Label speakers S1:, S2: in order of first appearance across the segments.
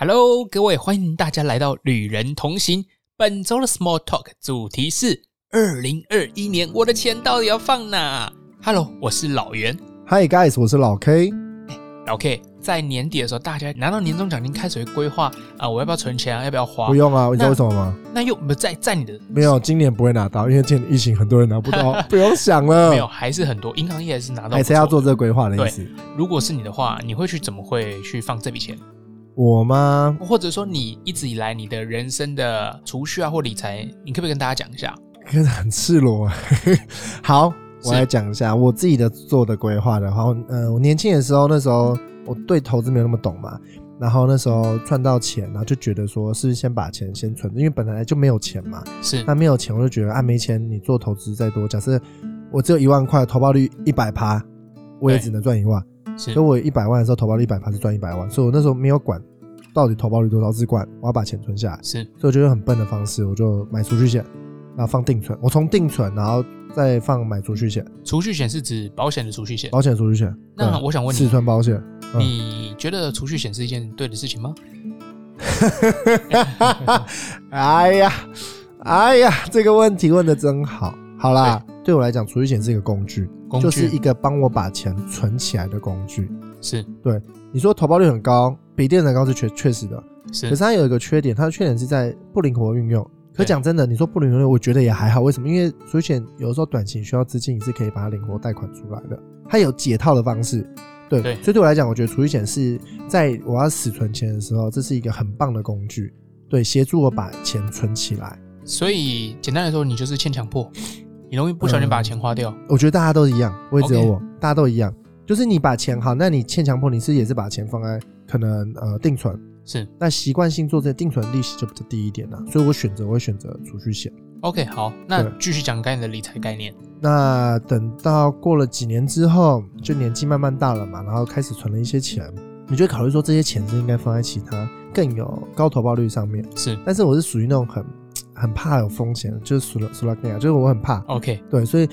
S1: Hello，各位，欢迎大家来到《旅人同行》。本周的 Small Talk 主题是二零二一年，我的钱到底要放哪？Hello，我是老袁。
S2: Hi guys，我是老 K。
S1: 老 K，在年底的时候，大家拿到年终奖金，开始会规划啊、我要不要存钱啊，要不要花
S2: 不？用啊，你知道为什么吗？
S1: 那又不在在你的
S2: 没有，今年不会拿到，因为今年疫情很多人拿不到，不用想了。
S1: 没有，，还是很多银行业还是拿到，
S2: 嗯还是要做这个。规划的意思。
S1: 如果是你的话，你会去怎么会去放这笔钱？
S2: 我吗？
S1: 或者说你一直以来你的人生的储蓄啊或理财，你可不可以跟大家讲一下？
S2: 真的很赤裸。 好，
S1: 是
S2: 我来讲一下我自己的做的规划的话。呃，我年轻的时候，那时候我对投资没有那么懂嘛，然后那时候赚到钱，然后就觉得说是先把钱先存着，因为本来就没有钱嘛。
S1: 是
S2: 那没有钱，我就觉得啊，没钱你做投资再多，假设我只有一万块，投报率一百趴，我也
S1: 对
S2: 只能赚一万。
S1: 是
S2: 所以我一百万的时候投保率一百趴是赚一百万，所以我那时候没有管到底投保率多少，只管我要把钱存下来。
S1: 是
S2: 所以我觉得很笨的方式，我就买储蓄险，然后放定存，我从定存然后再放买储蓄险，
S1: 储蓄险是指保险的储蓄险。
S2: 保险储蓄险。
S1: 那
S2: 对
S1: 我想问
S2: 四
S1: 你，
S2: 川保险， 嗯
S1: 你觉得储蓄险是一件对的事情吗？
S2: 哎呀，哎呀，这个问题问的真好。好啦，对我来讲，储蓄险是一个工具，
S1: 工具
S2: 就是一个帮我把钱存起来的工具。
S1: 是
S2: 你说投保率很高，比电子高是确确实的，可
S1: 是
S2: 是它有一个缺点，它的缺点是在不灵活运用。可
S1: 对
S2: 讲真的，你说不灵活运用，我觉得也还好。为什么？因为储蓄险有时候短期需要资金，你是可以把它灵活贷款出来的，它有解套的方式。对，
S1: 对
S2: 所以对我来讲，我觉得储蓄险是在我要死存钱的时候，这是一个很棒的工具，对，协助我把钱存起来。
S1: 所以简单来说，你就是欠强迫，你容易不小心把钱花掉。
S2: 我觉得大家都一样，我也只有
S1: OK
S2: 我大家都一样，就是你把钱好，那你欠强迫，你是也是把钱放在可能呃定存，
S1: 是
S2: 那习惯性做这定存利息就比较低一点啦，所以我选择我会选择储蓄险。
S1: OK，好，那
S2: 对
S1: 继续讲刚才你的理财概念。
S2: 那等到过了几年之后，就年纪慢慢大了嘛，然后开始存了一些钱，你就会考虑说这些钱是应该放在其他更有高投报率上面。
S1: 是
S2: 但是我是属于那种很很怕有风险，就是苏拉苏拉根啊，就是我很怕。
S1: OK，
S2: 对，所以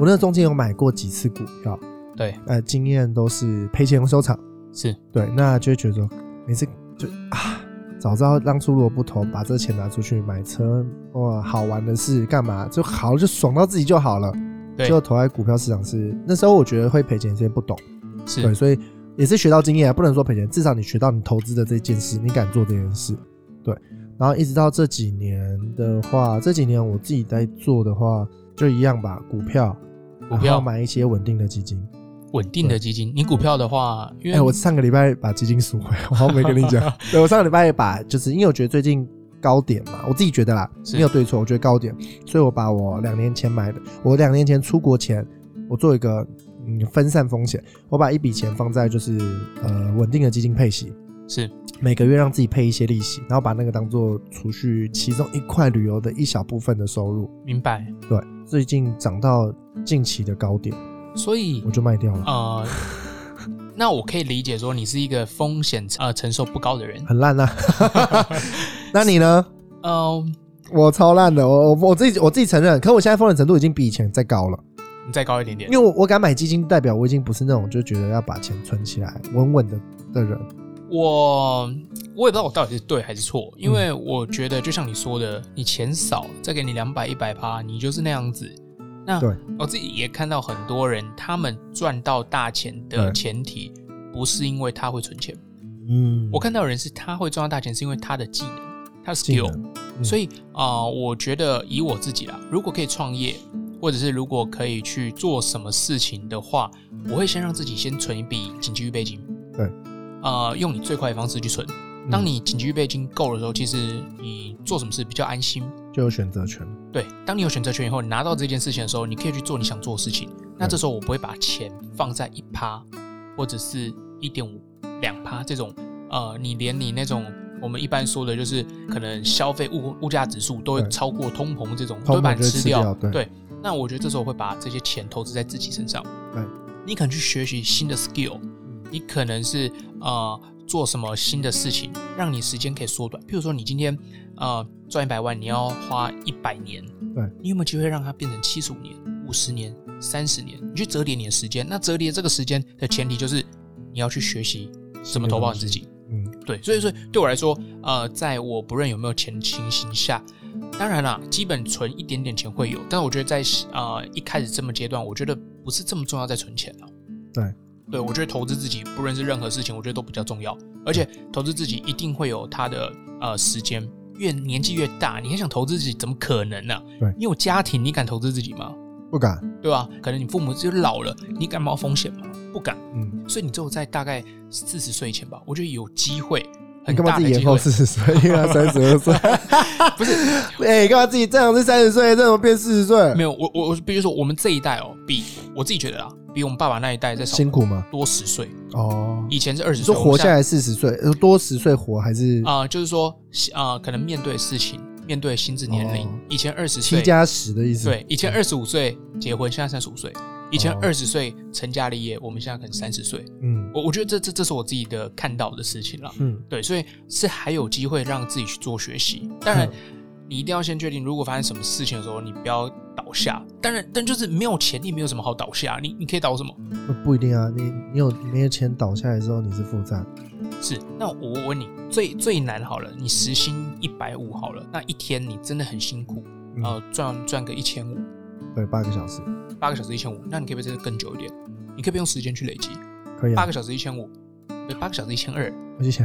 S2: 我那中间有买过几次股票，
S1: 对，
S2: 呃，经验都是赔钱收场。
S1: 是
S2: 对，那就会觉得说每次就啊，早知道当初如果不投，把这钱拿出去买车，哇，好玩的事干嘛？就好，就爽到自己就好了。
S1: 对
S2: 就投在股票市场是那时候我觉得会赔钱，是因为不懂，对，
S1: 是
S2: 所以也是学到经验啊，不能说赔钱，至少你学到你投资的这件事，你敢做这件事，对。然后一直到这几年的话，这几年我自己在做的话，就一样吧，股票，
S1: 股
S2: 然后
S1: 票
S2: 买一些稳定的基金。
S1: 稳定的基金。你股票的话，因
S2: 哎、
S1: 为
S2: 我上个礼拜把基金赎回， 我好像没跟你 讲。对我上个礼拜把，就是因为我觉得最近高点嘛，我自己觉得啦，
S1: 是
S2: 没有对错，我觉得高点，所以我把我两年前买的，我两年前出国前，我做一个嗯分散风险，我把一笔钱放在就是呃稳定的基金配息，
S1: 是
S2: 每个月让自己配一些利息，然后把那个当做储蓄其中一块旅游的一小部分的收入。
S1: 明白，
S2: 对，最近涨到近期的高点，
S1: 所以
S2: 我就卖掉了，
S1: 呃，那我可以理解说你是一个风险呃承受不高的人。
S2: 很烂啊。 那你呢？
S1: 呃，
S2: 我超烂的，我我我自己我自己承认，可我现在风险程度已经比以前再高了，
S1: 你再高一点点
S2: 因。为我我敢买基金，代表我已经不是那种就觉得要把钱存起来稳稳的的人。
S1: 我我也不知道我到底是对还是错，因为我觉得就像你说的，你钱少，再给你两百一百趴，你就是那样子。那
S2: 对
S1: 我自己也看到很多人，他们赚到大钱的
S2: 对
S1: 前提，不是因为他会存钱。
S2: 嗯
S1: 我看到的人是他会赚到大钱，是因为他的技能，他的
S2: 技
S1: skill。
S2: 能嗯
S1: 所以啊、呃我觉得以我自己啦，如果可以创业，或者是如果可以去做什么事情的话，我会先让自己先存一笔紧急预备金。
S2: 对，
S1: 呃，用你最快的方式去存。
S2: 嗯
S1: 当你紧急预备金够的时候，其实你做什么事比较安心。
S2: 就有选择权，
S1: 对，当你有选择权以后，你拿到这件事情的时候，你可以去做你想做的事情。
S2: 嗯
S1: 那这时候我不会把钱放在一趴，或者是一点五、两趴这种，呃，你连你那种我们一般说的就是可能消费物物价指数都会
S2: 对
S1: 超过通膨这种，
S2: 通膨
S1: 都会把你
S2: 就会
S1: 吃
S2: 吃掉
S1: 掉。
S2: 对
S1: 那我觉得这时候会把这些钱投资在自己身上。
S2: 对，
S1: 你可能去学习新的 skill，你可能是呃做什么新的事情，让你时间可以缩短。譬如说，你今天呃赚一百万，你要花一百年，
S2: 对
S1: 你有没有机会让它变成七十五年、五十年、三十年？你去折叠你的时间。那折叠这个时间的前提就是你要去学习怎么投保你自己。
S2: 嗯，
S1: 对，所以说对我来说，呃，在我不认有没有钱的情形下，当然啦，基本存一点点钱会有，但我觉得在呃一开始这么阶段，我觉得不是这么重要在存钱了。
S2: 对，
S1: 对我觉得投资自己，不论是任何事情，我觉得都比较重要，而且投资自己一定会有它的呃时间。越年纪越大，你还想投资自己，怎么可能呢、
S2: 对
S1: 你有家庭，你敢投资自己吗？
S2: 不敢，
S1: 对吧？可能你父母就老了，你敢冒风险吗？不敢。
S2: 嗯，
S1: 所以你只有在大概四十岁前吧，我觉得有机会，很
S2: 你干嘛
S1: 大
S2: 自
S1: 的
S2: 己延
S1: 机
S2: 后
S1: 会。
S2: 四十岁？ 因为他三十 二岁，
S1: 不是
S2: 哎、你干嘛自己这样是三十岁，这怎么变四十岁？
S1: 没有，我我我必须说，我们这一代哦，比我自己觉得啦，比我们爸爸那一代再少
S2: 辛苦吗？
S1: 多十岁。
S2: 哦，
S1: 以前是二十
S2: 你
S1: 岁，
S2: 说活下
S1: 来
S2: 来四十岁，呃多十岁活还是
S1: 啊、就是说啊、呃可能面对事情，面对心智年龄，
S2: 哦
S1: 以前二十
S2: 七
S1: 岁，
S2: 加十的意思？
S1: 对，以前二十五岁结婚，现在三十五岁。以前
S2: 哦
S1: 二十岁成家立业，我们现在可能三十岁。
S2: 嗯
S1: 我我觉得这这这是我自己的看到的事情了。
S2: 嗯，
S1: 对，所以是还有机会让自己去做学习。当然，你一定要先确定，如果发生什么事情的时候，你不要倒下。当然，但就是没有钱，你没有什么好倒下。你你可以倒什么？
S2: 那不一定啊，你你有没有钱倒下来之后你是负债，
S1: 是，那我我问你，最最难好了，你时薪一百五好了，那一天你真的很辛苦，
S2: 嗯
S1: 呃，赚赚个一千五，
S2: 对，八个小时
S1: 八个小时一千五，那你可不可以真的更久一点？你可不可以用时间去累积，
S2: 可以
S1: 八
S2: 啊
S1: 个。小时一千五，对，八个小时一千二，
S2: 我 就想，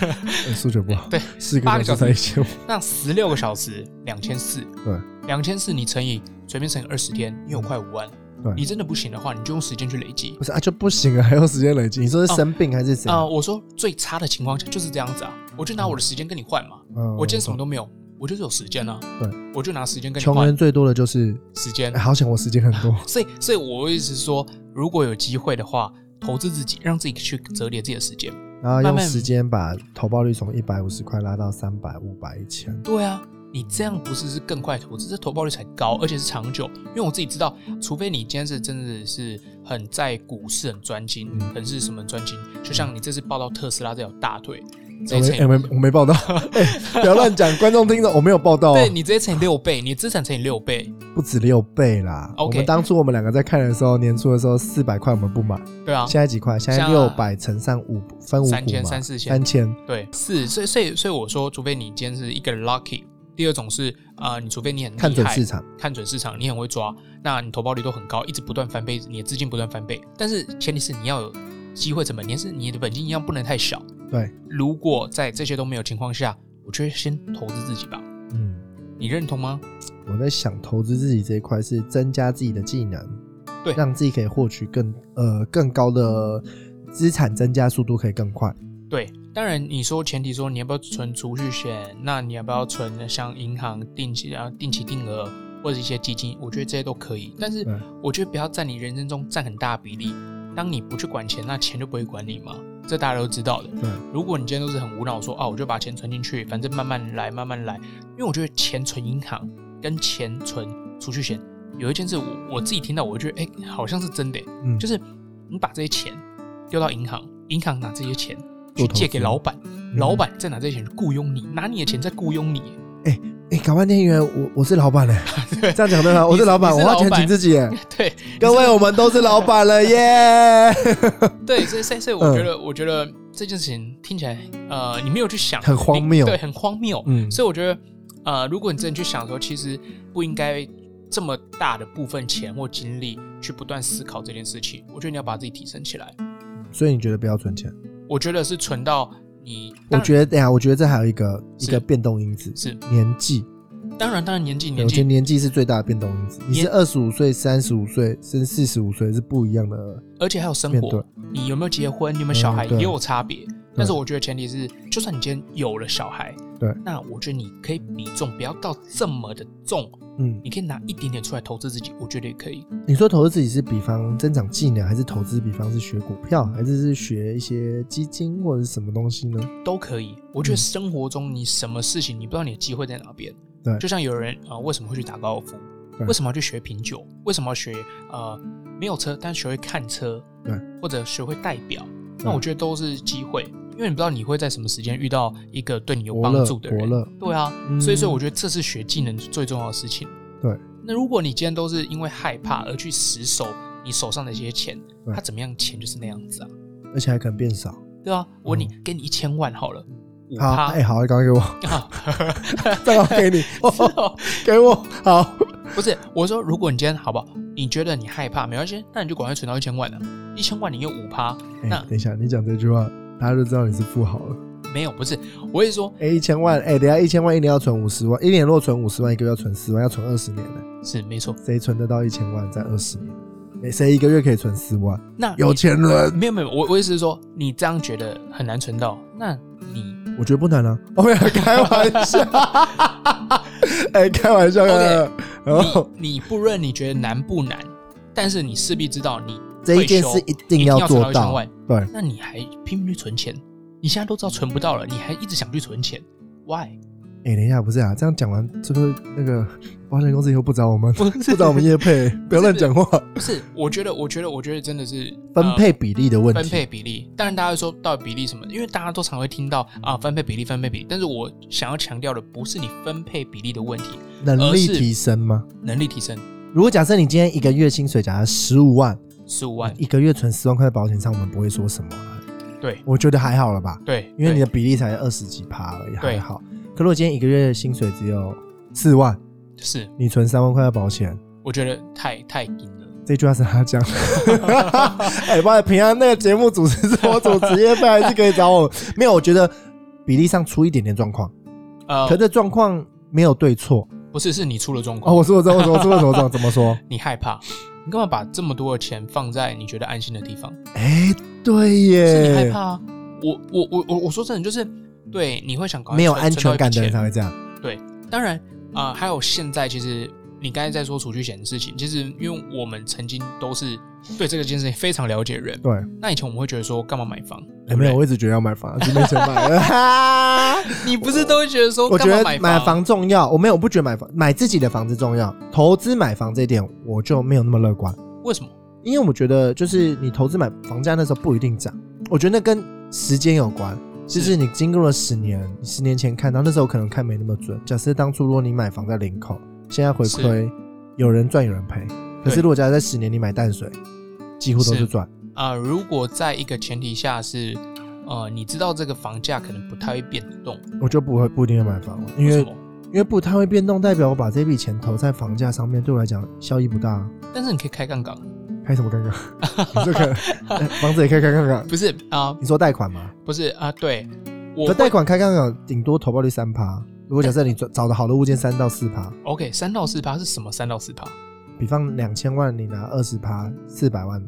S2: 呃数学不好，
S1: 对，
S2: 四
S1: 八
S2: 个
S1: 个
S2: 小时才一千五，
S1: 那十六个小时两千四，
S2: 对，嗯
S1: 两千四你乘以随便乘以二十天，你有快五万。
S2: 对
S1: 你真的不行的话，你就用时间去累积
S2: 不。是啊就不行啊，还用时间累积？你说是生病还是谁？
S1: 啊、我说最差的情况下就是这样子啊，我就拿我的时间跟你换嘛。
S2: 嗯
S1: 我今天什么都没有，我就是有时间啊。
S2: 对，
S1: 我就拿时间跟你
S2: 穷
S1: 换
S2: 人最多的就是，
S1: 时 间
S2: 哎。好险我时间很 多，
S1: 所以，所以我一直说，如果有机会的话，投资自己，让自己去折叠自己的时间。
S2: 然后
S1: 慢
S2: 用
S1: 慢
S2: 时间把投报率从一百五十块拉到三百、五百、一千。
S1: 对啊，你这样不是是更快投资，这投报率才高，而且是长久。因为我自己知道，除非你今天是真的是很在股市很专精，
S2: 嗯
S1: 很是什么专精，就像你这次报到特斯拉这条大腿，
S2: 我
S1: 直接
S2: 没、
S1: 乘以
S2: 哎没我没 报道，哎不要乱讲，观众听着我没有报道、哦，
S1: 对你直接乘以六倍，你的资产乘以六倍，
S2: 不止六倍啦。
S1: OK
S2: 我们当初我们两个在看的时候，年初的时候四百块我们不买，
S1: 对啊，
S2: 现在几块？现在
S1: 像
S2: 六百乘上五分五股嘛，
S1: 三千三四千
S2: 三千，
S1: 对，是，所以所以所以我说，除非你今天是一个 lucky，第二种是啊、呃你除非你很厉害
S2: 看准市场。
S1: 看准市场，你很会抓，那你投报率都很高，一直不断翻倍，你的资金不断翻倍。但是前提是你要有机会成本，你是你的本金一样不能太小。
S2: 对，
S1: 如果在这些都没有情况下，我觉得先投资自己吧，
S2: 嗯，
S1: 你认同吗？
S2: 我在想投资自己这一块是增加自己的技能，
S1: 对
S2: 让自己可以获取更呃更高的资产增加速度可以更快。
S1: 对，嗯当然你说前提说你要不要存储蓄险，那你要不要存像银行定期啊定期定额或者一些基金，我觉得这些都可以。但是
S2: 嗯
S1: 我觉得不要在你人生中占很大的比例。当你不去管钱，那钱就不会管你嘛，这大家都知道的。
S2: 对，
S1: 如果你今天都是很无脑说啊，我就把钱存进去，反正慢慢来，慢慢来。因为我觉得钱存银行跟钱存储蓄险有一件事我，我自己听到，我觉得哎、好像是真的、
S2: 嗯，
S1: 就是你把这些钱丢到银行，银行拿这些钱
S2: 做
S1: 去
S2: 投资
S1: 借给老板，
S2: 嗯
S1: 老板再拿这些钱去雇佣你，拿你的钱再雇佣你。
S2: 哎，搞半天以为我我是老板嘞，欸
S1: 对
S2: 这样讲对吗？我是老板，
S1: 你
S2: 我
S1: 是
S2: 花钱
S1: 老板
S2: 请自己耶。
S1: 对
S2: 各位，我们都是老板 了耶，
S1: 对，所以所以所以
S2: 嗯
S1: 我觉得，我觉得这件事情听起来，呃，你没有去想，
S2: 很荒谬
S1: 对，很荒谬。
S2: 嗯
S1: 所以我觉得，呃，如果你真的去想说，其实不应该这么大的部分钱或精力去不断思考这件事情。我觉得你要把自己提升起来。
S2: 所以你觉得不要存钱？
S1: 我觉得是存到你，
S2: 我
S1: 当然
S2: 觉得，等一下，我觉得这还有一个一
S1: 是
S2: 个变动因子，
S1: 是，
S2: 年纪。
S1: 当然当然年纪
S2: 对
S1: 年
S2: 我觉得
S1: 纪
S2: 年纪是最大的变动因子。你是二十五岁、三十五岁，甚至四十五岁是不一样的。
S1: 而且还有生
S2: 面
S1: 活
S2: 对，
S1: 你有没有结婚，你有没有小孩
S2: 嗯对
S1: 也有差别。但是我觉得前提是，就算你今天有了小孩，
S2: 对
S1: 那我觉得你可以比重不要到这么的重，
S2: 嗯，
S1: 你可以拿一点点出来投资自己，我觉得也可以。
S2: 你说投资自己是比方增长技能，还是投资比方是学股票，还是是学一些基金或者是什么东西呢？
S1: 都可以。我觉得
S2: 嗯
S1: 生活中你什么事情，你不知道你的机会在哪边。
S2: 对
S1: 就像有人啊、呃为什么会去打高尔夫？
S2: 对
S1: 为什么要去学品酒？为什么要学呃没有车，但学会看车？
S2: 对，
S1: 或者学会代表？那
S2: 对
S1: 我觉得都是机会，因为你不知道你会在什么时间遇到一个对你有
S2: 伯
S1: 帮
S2: 乐，
S1: 助的
S2: 伯
S1: 人。
S2: 乐，
S1: 对啊，
S2: 嗯
S1: 所以说我觉得这是学技能最重要的事情。
S2: 对，
S1: 那如果你今天都是因为害怕而去死守你手上的这些钱，
S2: 对
S1: 它怎么样，钱就是那样子啊。
S2: 而且还可能变少。
S1: 对啊，我你
S2: 嗯
S1: 给你一千万好了，五
S2: 好，
S1: 趴
S2: 哎、好，赶快给我，
S1: 啊，
S2: 再要给 你，
S1: 是哦
S2: 给我，好，
S1: 不是，我说如果你今天好不好，你觉得你害怕没关系，那你就赶快存到一千万了，一千万你用五趴，
S2: 哎、
S1: 那
S2: 等一下，你讲这句话，大家就知道你是富豪了。
S1: 没有不是，我是说
S2: 哎、一千万，哎、等一下一千万一年要存五十万，一年如果存五十万，一个月要存十万，要存二十年呢、
S1: 是没错，
S2: 谁存得到一千万在二十年？哎谁一个月可以存四万？
S1: 那
S2: 有
S1: 你
S2: 钱人，
S1: 没有没有，我我意思是说，你这样觉得很难存到，那你
S2: 我觉得不难啊。我没有开玩笑，哎、开玩笑
S1: OK
S2: 然后
S1: 你你不论你觉得难不难，但是你势必知道你
S2: 这一件
S1: 退
S2: 事
S1: 休
S2: 一定要
S1: 存
S2: 做
S1: 一千
S2: 到，
S1: 万，
S2: 对，
S1: 那你还拼命去存钱，你现在都知道存不到了，你还一直想去存钱，why？
S2: 哎、等一下，不是啊，这样讲完之后，那个保险公司以后不找我们，
S1: 不
S2: 不
S1: 是
S2: 找我们业配，不要乱讲话。
S1: 不是，我觉得，我觉得，我觉得真的是呃
S2: 分配比例的问
S1: 分
S2: 题，
S1: 配比例，当然大家会说到底比例什么，因为大家都常会听到啊分配比例分配比例，但是我想要强调的不是你分配比例的问题，
S2: 能
S1: 而
S2: 力
S1: 是
S2: 提升吗？
S1: 能力提升
S2: 如果假设你今天一个月薪水假设十五万，
S1: 十五万，
S2: 一个月存十万块在保险上，我们不会说什么啊、
S1: 对
S2: 我觉得还好了吧，
S1: 对，
S2: 因为你
S1: 对
S2: 的比例才二十几趴而已，
S1: 对
S2: 还好。可如果今天一个月薪水只有四万，
S1: 是
S2: 你存三万块的保险，
S1: 我觉得太太硬了，
S2: 这句话是他讲的。 哎、不然平安那个节目主持是我主持，业费还是可以找我。没有，我觉得比例上出一点点状况，可
S1: 呃，
S2: 这状况没有对错。
S1: 不是是你出了状
S2: 哦，
S1: 况，
S2: 我说我说我说我说我说我说怎么说？
S1: 你害怕，你干嘛把这么多的钱放在你觉得安心的地方？
S2: 哎、对
S1: 是你害
S2: 耶，
S1: 怕啊？我我我我我说真的就是对，你会想搞
S2: 没有安全感的人
S1: 人
S2: 啊才会这样。
S1: 当然啊、呃还有现在其实你刚才在说储蓄险的事情，其实因为我们曾经都是对这个件事情非常了解的人，
S2: 对，
S1: 那以前我们会觉得说干嘛买房？
S2: 哎没
S1: 对
S2: 有，
S1: 不
S2: 我一直觉得要买房，就没钱 买。
S1: 对，你不是都会觉得说
S2: 我觉
S1: 哦干嘛
S2: 得
S1: 买
S2: 买房重要，我没有，我不觉得买房买自己的房子重要，投资买房这一点我就没有那么乐观，
S1: 为什么？
S2: 因为我觉得就是你投资买房价那时候不一定涨，我觉得那跟时间有关，就是
S1: 是
S2: 你经过了十年，你十年前看到那时候可能看没那么准，假设当初如果你买房在林口，现在回馈
S1: 是
S2: 有人赚有人赔，可是
S1: 对
S2: 如果假如在十年你买淡水，几乎都是
S1: 是
S2: 赚，
S1: 啊、如果在一个前提下是，呃，你知道这个房价可能不太会变动，
S2: 我就不会不一定会买房了，因
S1: 为
S2: 为
S1: 什么？
S2: 因为不太会变动，代表我把这笔钱投在房价上面，对我来讲效益不大、啊。
S1: 但是你可以开杠杆，
S2: 开什么杠杆？你这个、 哎房子也可以开杠杆？
S1: 不是啊、
S2: 你说贷款吗？
S1: 不是啊、对，我
S2: 可
S1: 会
S2: 贷款开杠杆顶多投报率三趴，如果假设你找找的好的物件三到四趴，
S1: OK 三到四趴是什么？三到四趴，
S2: 比方两千万你拿二十趴，四百万，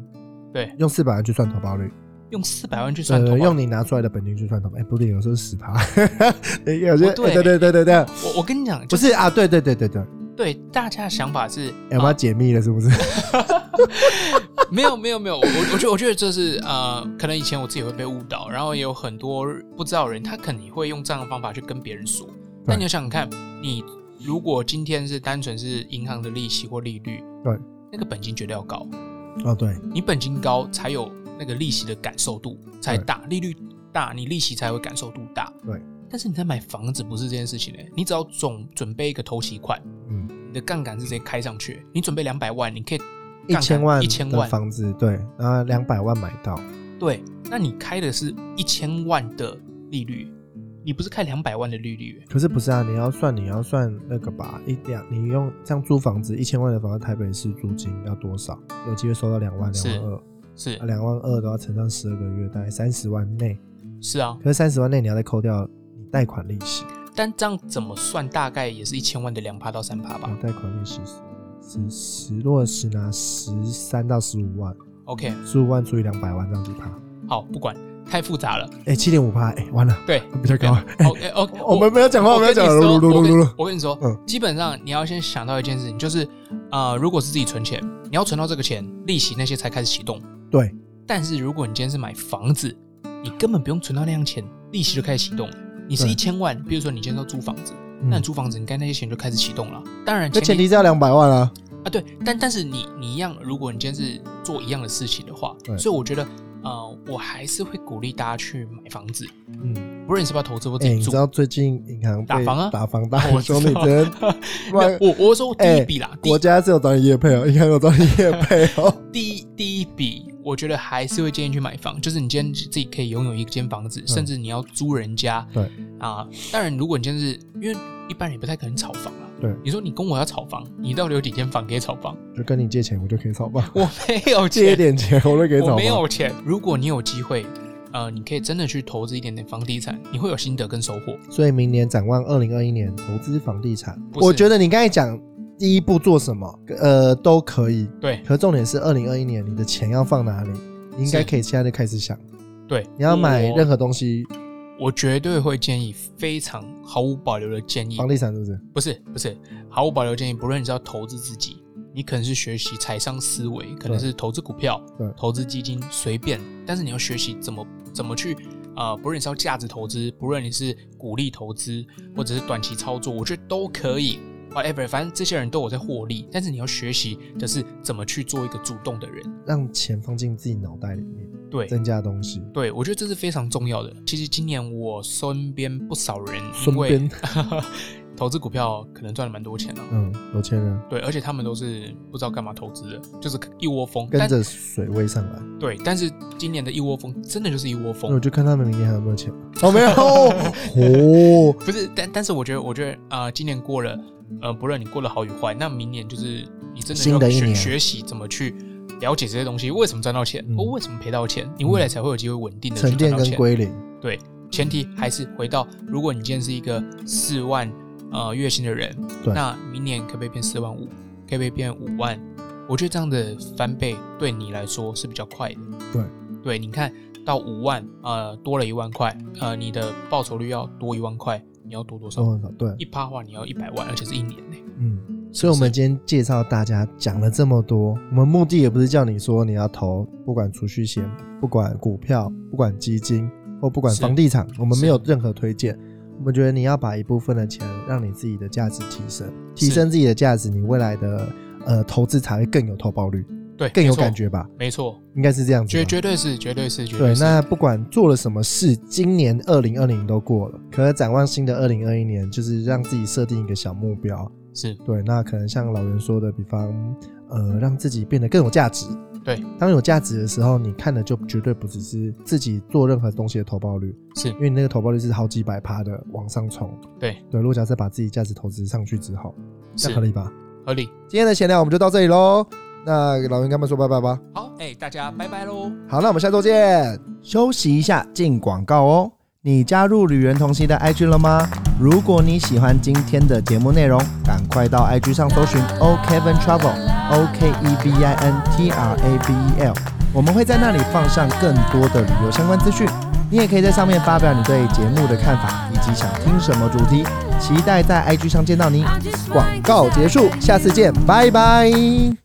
S1: 对，
S2: 用四百万去算投报率，
S1: 用四百万去算
S2: 对
S1: 投
S2: 对，
S1: 保
S2: 呃用你拿出来的本金去算投报，哎、不对，有时候十趴， 有些、
S1: 不对
S2: 哎对对对对对，
S1: 我我跟你讲，
S2: 不
S1: 就是
S2: 啊，对对对对对，
S1: 对大家的想法是，
S2: 哎、我们要解密了是不是？
S1: 啊没有没有没有，我我觉得我觉得这是呃，可能以前我自己会被误导，然后也有很多不知道的人，他肯定会用这样的方法去跟别人说。但你要想想看，你如果今天是单纯是银行的利息或利率，
S2: 对，
S1: 那个本金绝对要高，
S2: 哦对，
S1: 你本金高才有那个利息的感受度才大，利率大，你利息才会感受度大。
S2: 对，
S1: 但是你在买房子不是这件事情嘞、你只要总准备一个头期款，
S2: 嗯，
S1: 你的杠杆是直接开上去，你准备两百万，你可以
S2: 一
S1: 杠杆
S2: 千万
S1: 一千
S2: 的
S1: 万
S2: 房子，对，然后两百万买到，
S1: 对，那你开的是一千万的利率，你不是开两百万的利率、欸
S2: 可是不是啊？你要算，你要算那个吧，一两，你用这样租房子一千万的房子，台北市租金要多少？有机会收到两万、两
S1: 是
S2: 万二，
S1: 是
S2: 啊，两万二都要乘上十二个月，大概三十万内。
S1: 是啊，
S2: 可是三十万内你要再扣掉你贷款利息，
S1: 但这样怎么算，大概也是一千万的两趴到三趴
S2: 啊
S1: 吧。，
S2: 贷款利息是十，如果十拿十三到十五万，
S1: OK，
S2: 十五万除以两百万这样子趴，
S1: 好，不管，太复杂了。
S2: 哎，七点五趴，哎，完了，
S1: 对哦欸
S2: 比较高。
S1: ，OK OK，
S2: 我们不要讲话，
S1: 我
S2: 不
S1: 跟
S2: 要
S1: 你说，
S2: 讲了，噜噜
S1: 我
S2: 噜噜
S1: 跟
S2: 噜。
S1: 我跟你说
S2: 嗯，
S1: 基本上你要先想到一件事情，就是呃，如果是自己存钱，你要存到这个钱，利息那些才开始启动。
S2: 对，
S1: 但是如果你今天是买房子，你根本不用存到那样钱，利息就开始启动了。你是
S2: 对
S1: 一千万，比如说你今天要租房子，那
S2: 嗯
S1: 你租房子，你该那些钱就开始启动了。当然
S2: 那
S1: 前
S2: 前
S1: 提
S2: 提是要两百万啊。
S1: 啊，对，但但是你你一样，如果你今天是做一样的事情的话
S2: 对，
S1: 所以我觉得呃，我还是会鼓励大家去买房子，
S2: 嗯。
S1: 不论你是不是要投资或自
S2: 哎、
S1: 己
S2: 你
S1: 住
S2: 知。道最近银行被
S1: 打房啊
S2: 打房大
S1: 我知
S2: 兄弟
S1: 道
S2: 真
S1: 没有我
S2: 哎
S1: 我是说第一笔啦，第一
S2: 国家是有找你业配哦，银行有找你业配哦。
S1: 第一第一笔我觉得还是会建议去买房，就是你今天自己可以拥有一间房子，甚至你要租人家，
S2: 嗯对
S1: 啊。当然，如果你今天是因为一般人也不太可能炒房啊。
S2: 对，
S1: 你说你跟我要炒房，你到底有几间房可以炒房？
S2: 就跟你借钱，我就可以找吧。
S1: 我没有
S2: 借一
S1: 钱，
S2: 点钱，我都可以找
S1: 我
S2: 吧。
S1: 没有钱。如果你有机会，呃，你可以真的去投资一点点房地产，你会有心得跟收获。
S2: 所以明年展望二零二一年投资房地产，
S1: 不是
S2: 我觉得你刚才讲第一步做什么，呃，都可以。
S1: 对，
S2: 可重点是二零二一年你的钱要放哪里，你应该
S1: 是
S2: 可以现在就开始想，
S1: 对，
S2: 你要买
S1: 我
S2: 任何东西，
S1: 我绝对会建议，非常毫无保留的建议
S2: 房，地产是不是？
S1: 不是不是，毫无保留建议，不论你是要投资自己，你可能是学习财商思维，可能是投资股票
S2: 对、
S1: 投资基金，随便，但是你要学习怎么怎么去。呃，不论你是要价值投资，不论你是鼓励投资，或者是短期操作，我觉得都可以。whatever，反正这些人都有在获利，但是你要学习的是怎么去做一个主动的人。
S2: 让钱放进自己脑袋里面，
S1: 对
S2: 增加东西。
S1: 对，我觉得这是非常重要的。其实今年我身边不少人因
S2: 身
S1: 为
S2: 边
S1: 投资股票可能赚了蛮多钱了、
S2: 嗯，有钱人
S1: 对，而且他们都是不知道干嘛投资的，就是一窝蜂。
S2: 跟
S1: 但
S2: 着水位上来，
S1: 对，但是今年的一窝蜂真的就是一窝
S2: 那我
S1: 蜂，
S2: 就看他们明年还有没 有钱。哦，没有，哦，
S1: 不是？但但是我觉得，我觉得啊、呃今年过了，呃，不论你过得好与坏，那明年就是你真的
S2: 新
S1: 要
S2: 的一
S1: 学
S2: 年
S1: 学习怎么去了解这些东西，为什么赚到钱，
S2: 嗯
S1: 哦，为什么赔到钱，你未来才会有机会稳定的去
S2: 沉
S1: 赚
S2: 淀
S1: 到
S2: 跟
S1: 钱。
S2: 归零，
S1: 对，前提还是回到，如果你今天是一个四万呃月薪的人，
S2: 对
S1: 那明年可不可以变四万五？可不可以变五万？我觉得这样的翻倍对你来说是比较快的。
S2: 对，
S1: 对，你看到五万，呃，多了一万块，呃，你的报酬率要多一万块，你要多多少？
S2: 多少？哦对，
S1: 一趴的话，你要一百万，而且是一年呢、
S2: 嗯，所以我们今天介绍大家讲了这么多，我们目的也不是叫你说你要投，不管储蓄险，不管股票，不管基金，或不管
S1: 是
S2: 房地产，我们
S1: 是
S2: 没有任何推荐。我们觉得你要把一部分的钱让你自己的价值提升，提
S1: 是
S2: 升自己的价值，你未来的呃投资才会更有投报率，
S1: 对，
S2: 更有
S1: 没错
S2: 感，觉吧？
S1: 没错，
S2: 应该是这样子吧。
S1: 绝绝对是，绝对是，绝
S2: 对，
S1: 是。
S2: 那不管做了什么事，今年二零二零都过了，可是展望新的二零二一年，就是让自己设定一个小目标，
S1: 是
S2: 对，那可能像老袁说的，比方呃，让自己变得更有价值。
S1: 对，
S2: 当有价值的时候，你看的就绝对不只是自己做任何东西的投报率，
S1: 是
S2: 因为你那个投报率是好几百趴的往上冲。
S1: 对
S2: 对，如果假设把自己价值投资上去之后，这
S1: 是
S2: 样合理吧？
S1: 合理。
S2: 今天的闲聊我们就到这里喽。那老袁跟他们说拜拜吧。
S1: 好，哎、大家拜拜喽。
S2: 好，那我们下周见。休息一下，进广告哦。你加入旅人同行的 IG 了吗？如果你喜欢今天的节目内容，赶快到 IG 上搜寻 O Kevin Travel O K E V I N T R A V E L，我们会在那里放上更多的旅游相关资讯。你也可以在上面发表你对节目的看法以及想听什么主题。期待在 IG 上见到你。广告结束，下次见，拜拜。